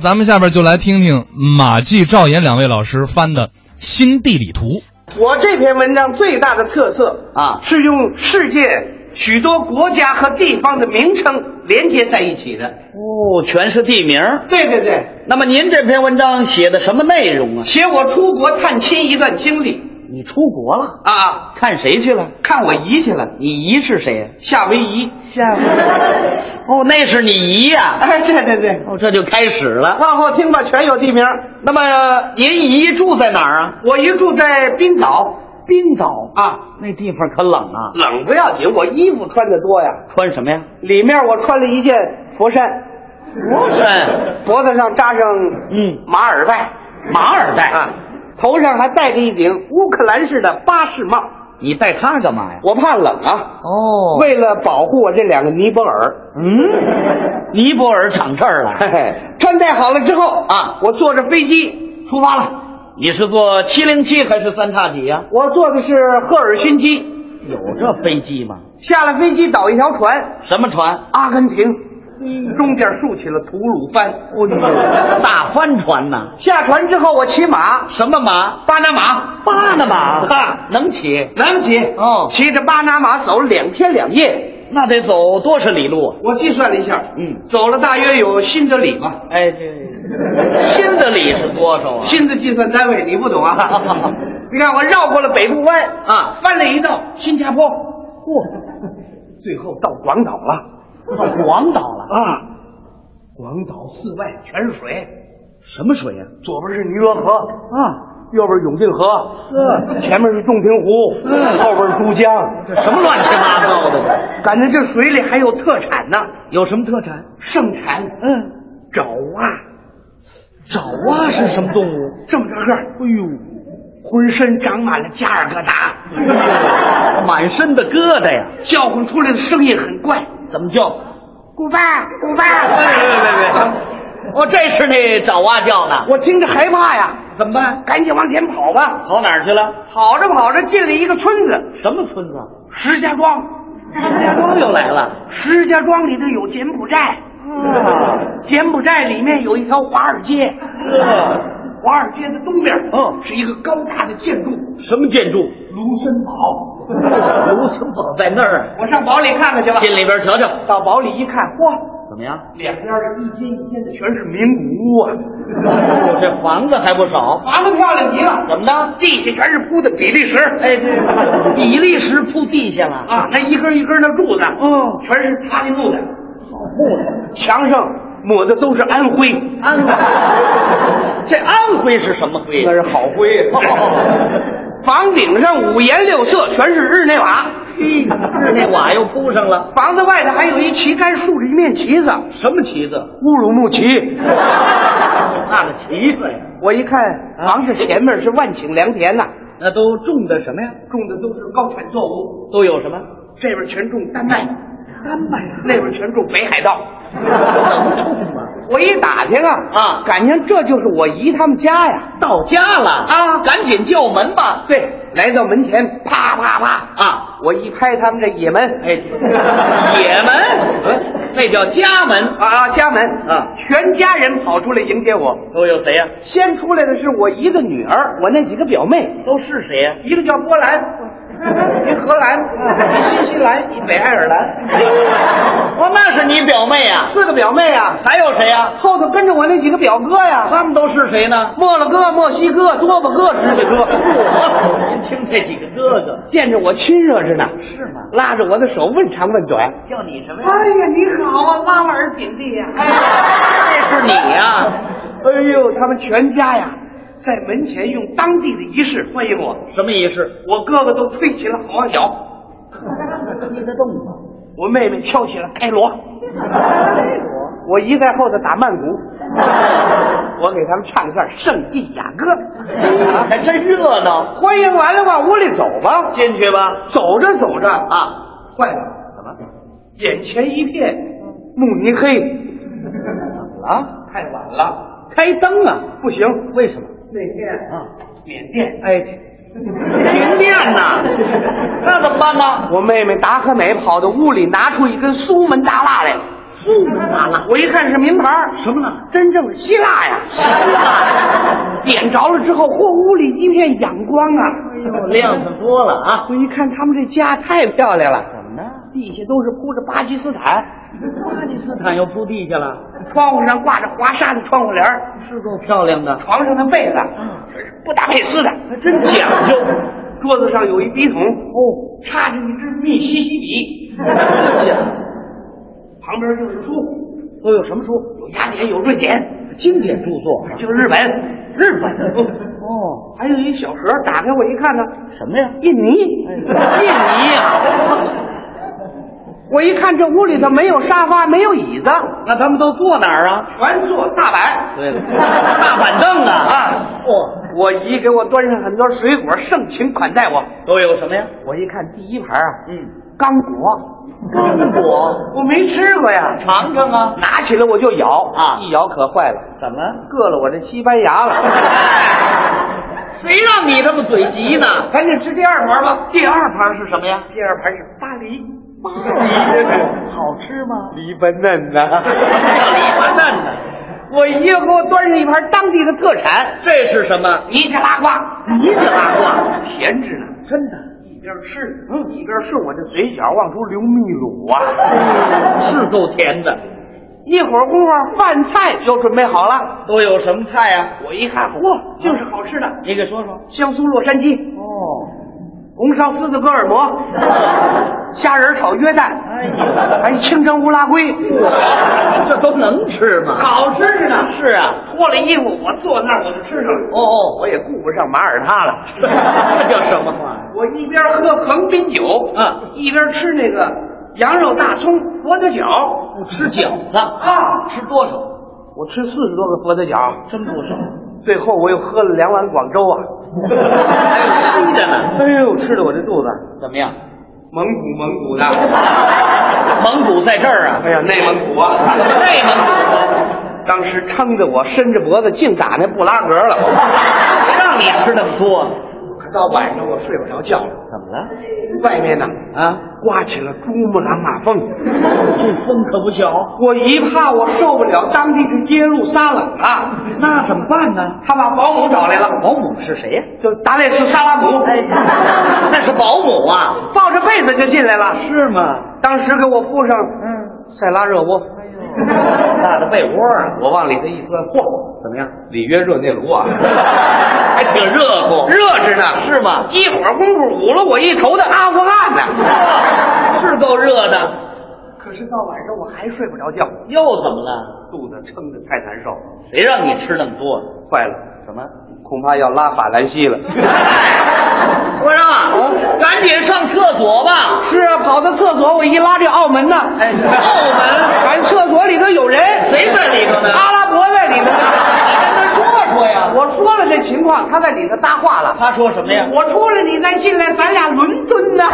咱们下边就来听听马季、赵岩两位老师翻的新地理图。我这篇文章最大的特色啊是用世界许多国家和地方的名称连接在一起的。哦，全是地名儿。对对对，那么您这篇文章写的什么内容啊？写我出国探亲一段经历你出国了，啊，看谁去了？看我姨去了，你姨是谁呀、夏威夷。下哦，那是你姨呀、 哎，对对对，哦，这就开始了。往后听吧，全有地名。那么您姨住在哪儿啊？我姨住在冰岛冰岛啊，啊，那地方可冷啊。冷不要紧，我衣服穿的多呀，穿什么呀？里面我穿了一件佛衫，佛山脖子上扎上嗯，马尔代。马尔代啊，头上还戴着一顶乌克兰式的巴士帽。你带它干嘛呀？我怕冷啊，哦为喂，了保护我这两个尼泊尔，嗯，尼泊尔长这儿嘿 了，嘿，穿戴好了之后啊我坐着飞机，出发了。你是坐七零七还是三叉戟啊呀、我坐的是赫尔辛基，有这飞机吗？下了飞机倒一条船，什么船？阿根嗯廷，中间竖起了吐鲁番。大帆船呐！下船之后我骑马，什么马？巴拿马，巴拿马啊，能骑？能骑哦骑着巴拿马走两天两夜。那得走多少里路啊？我计算了一下，嗯，走了大约有新德里吧，哎，这新的里是多少啊？新的计算单位你不懂 啊。你看我绕过了北部湾啊翻了一道新加坡。嚯，最后到广岛了到广岛了！啊！广岛寺外全是水，什么水呀、左边是尼罗河，啊？右边永定河，前面是洞庭湖，嗯后边是珠江，这什么乱七八糟的这？感觉这水里还有特产呢，有什么特产？盛产嗯，爪哇，爪哇是什么动物？这么大个儿，哎呦，浑身长满了加尔各答，哎满身的疙瘩呀！叫唤出来的声音很怪，哎怎么叫？古巴，古巴，别别别别！哦，这是那爪哇叫的。我听着害怕呀，怎么办？赶紧往前跑吧，跑哪儿去了？跑着跑着进了一个村子，什么村子？啊石家庄。石家庄又来了。石家庄里头有柬埔寨，柬埔寨里面有一条华尔街，啊华尔街的东边，嗯是一个高大的建筑——什么建筑？卢森堡。卢森堡在那儿啊，我上堡里看看去吧。进里边瞧瞧，到堡里一看，嚯，怎么样？两边儿一间一间的全是名古屋啊，哦这房子还不少，房子漂亮极了，怎么的？地下全是铺的比利时哎，这比利时铺地下了，啊，那一根一根的柱子，嗯全是塌的木的，好木头，啊墙上抹的都是安徽，安徽，这安徽是什么徽？哦是好灰房顶上五颜六色，全是日内瓦。日内瓦又铺上了，房子外头还有一旗杆，竖着一面旗子，什么旗子？乌鲁木齐。那个旗子呀，我一看，房子前面是万顷良田呐、那都种的什么呀？种的都是高产作物，都有什么？这边全种丹麦，丹麦，啊那边全种北海道。能种吗？我一打听啊，啊感情这就是我姨他们家呀。到家了啊赶紧叫门吧！对，来到门前，啪啪啪，啊，我一拍他们这野门，哎，野门，那叫家门。啊，家门啊全家人跑出来迎接我。都有谁呀、先出来的是我一个女儿，我那几个表妹，都是谁呀、一个叫波兰，一荷兰，一新西兰，一北爱尔兰，哦，那是你表妹呀、四个表妹啊，还有谁呀、后头跟着我那几个表哥呀，他们都是谁呢？墨了哥、墨西哥、多巴哥、直的哥，哦您听这几个哥哥 见着我亲热着呢，是吗？拉着我的手问长问短。叫你什么呀？哎呀，你好啊，拉瓦尔景帝呀！这是你呀、哎呦，他们全家呀，在门前用当地的仪式欢迎我，什么仪式？我哥哥都吹起了好望角。踢得动吗？我妹妹敲起了开锣，我姨在后头打曼谷， 我给他们唱一段《圣地亚哥》。还真热闹。欢迎完了，往屋里走吧。进去吧。走着走着啊，啊，坏了，怎么？眼前一片慕尼黑。 怎么了？太晚了，开灯啊？不行。为什么？那天啊，缅甸，哎，停电呐， 那怎么办呢？我妹妹达和美跑到屋里，拿出一根苏门答腊来，苏麻辣。我一看是名牌儿，什么呢？真正的希腊呀，希腊。点着了之后，嚯，屋里一片阳光啊！亮子多了啊！我一看他们这家太漂亮了，怎么呢？地下都是铺着巴基斯坦，巴基斯坦又铺地下了，窗户上挂着华沙的窗户帘儿，是够漂亮的。床上的被子，这是布达佩斯的，还真讲究。桌子上有一笔筒，哦，插着一支密西西比， 旁边就是书，都有什么书？有雅典，有瑞典，经典著作就是日本，日本。哦，还有一小盒，打开我一看呢，什么呀？印尼，印尼啊呀！我一看这屋里头没有沙发，没有椅子，那他们都坐哪儿啊？全坐大板。对了， 大板凳啊啊！哦，我姨给我端上很多水果，盛情款待我。都有什么呀？我一看第一盘啊，嗯，刚果，刚果， 我没吃过呀，尝尝啊。拿起来我就咬啊一咬可坏了，怎么？硌了我这西班牙 了。谁让你这么嘴急呢？赶紧吃第二盘吧。第二盘是什么呀？第二盘是巴黎， 好吃吗？黎巴嫩呐、叫李巴嫩 呢？我姨 给我端上一盘当地的特产这是什么？尼加拉瓜，尼加拉瓜，闲着呢，真的一边吃，嗯，一边顺我这嘴角往出流秘鲁啊。 是够甜的。一会儿功夫，饭菜又准备好了。都有什么菜呀、我一看，嚯，就是好吃的，你给说说。香酥洛杉矶，哦，红烧狮子哥尔 摩，虾仁炒约旦，哎呀，还有清蒸乌拉圭，这都能吃吗？好吃着呢。是啊。脱了衣服，我坐那儿我就吃上了。哦哦，我也顾不上马耳他了， 这叫什么话？我一边喝横滨酒，啊，一边吃那个羊肉大葱佛得角不吃饺子啊？啊，吃多少？我吃四十多个佛得角，真不少。最后我又喝了两碗广州 啊，还有稀的呢？哎呦，吃的我这肚子怎么样？蒙古蒙古的，蒙古在这儿啊？哎呀，内蒙古 啊，内蒙 当时撑得我伸着脖子净打那布拉格了，古，谁 让你吃那么多？到晚上我睡不着觉了，怎么了？外面呢啊，刮起了珠穆朗玛峰。嗯这风可不小，我姨怕我受不了当地的耶路撒冷啊， 那怎么办呢？她把保姆找来了，保姆是谁呀、就达赖斯萨拉姆，哎 那是保姆啊？抱着被子就进来了。是吗？当时给我铺上嗯，塞拉热窝，大的被窝啊，我往里头一钻，嚯，怎么样？里约热内卢啊， 还挺热乎，热着呢。是吗？一会儿功夫捂了我一头的阿富汗 呢。是够热的。可是到晚上我还睡不着觉，又怎么了？肚子撑得太难受了，谁让你吃那么多？坏了，什么？恐怕要拉法兰西了。我说啊，赶紧上厕所吧。是啊，跑到厕所我一拉这澳门呢，哎，后门俺厕所里头有人，谁在里头呢？阿拉伯在里头呢。你跟他说说呀。我说了这情况，他在里头搭话了。他说什么呀？我出来，你再进来，咱俩伦敦呢。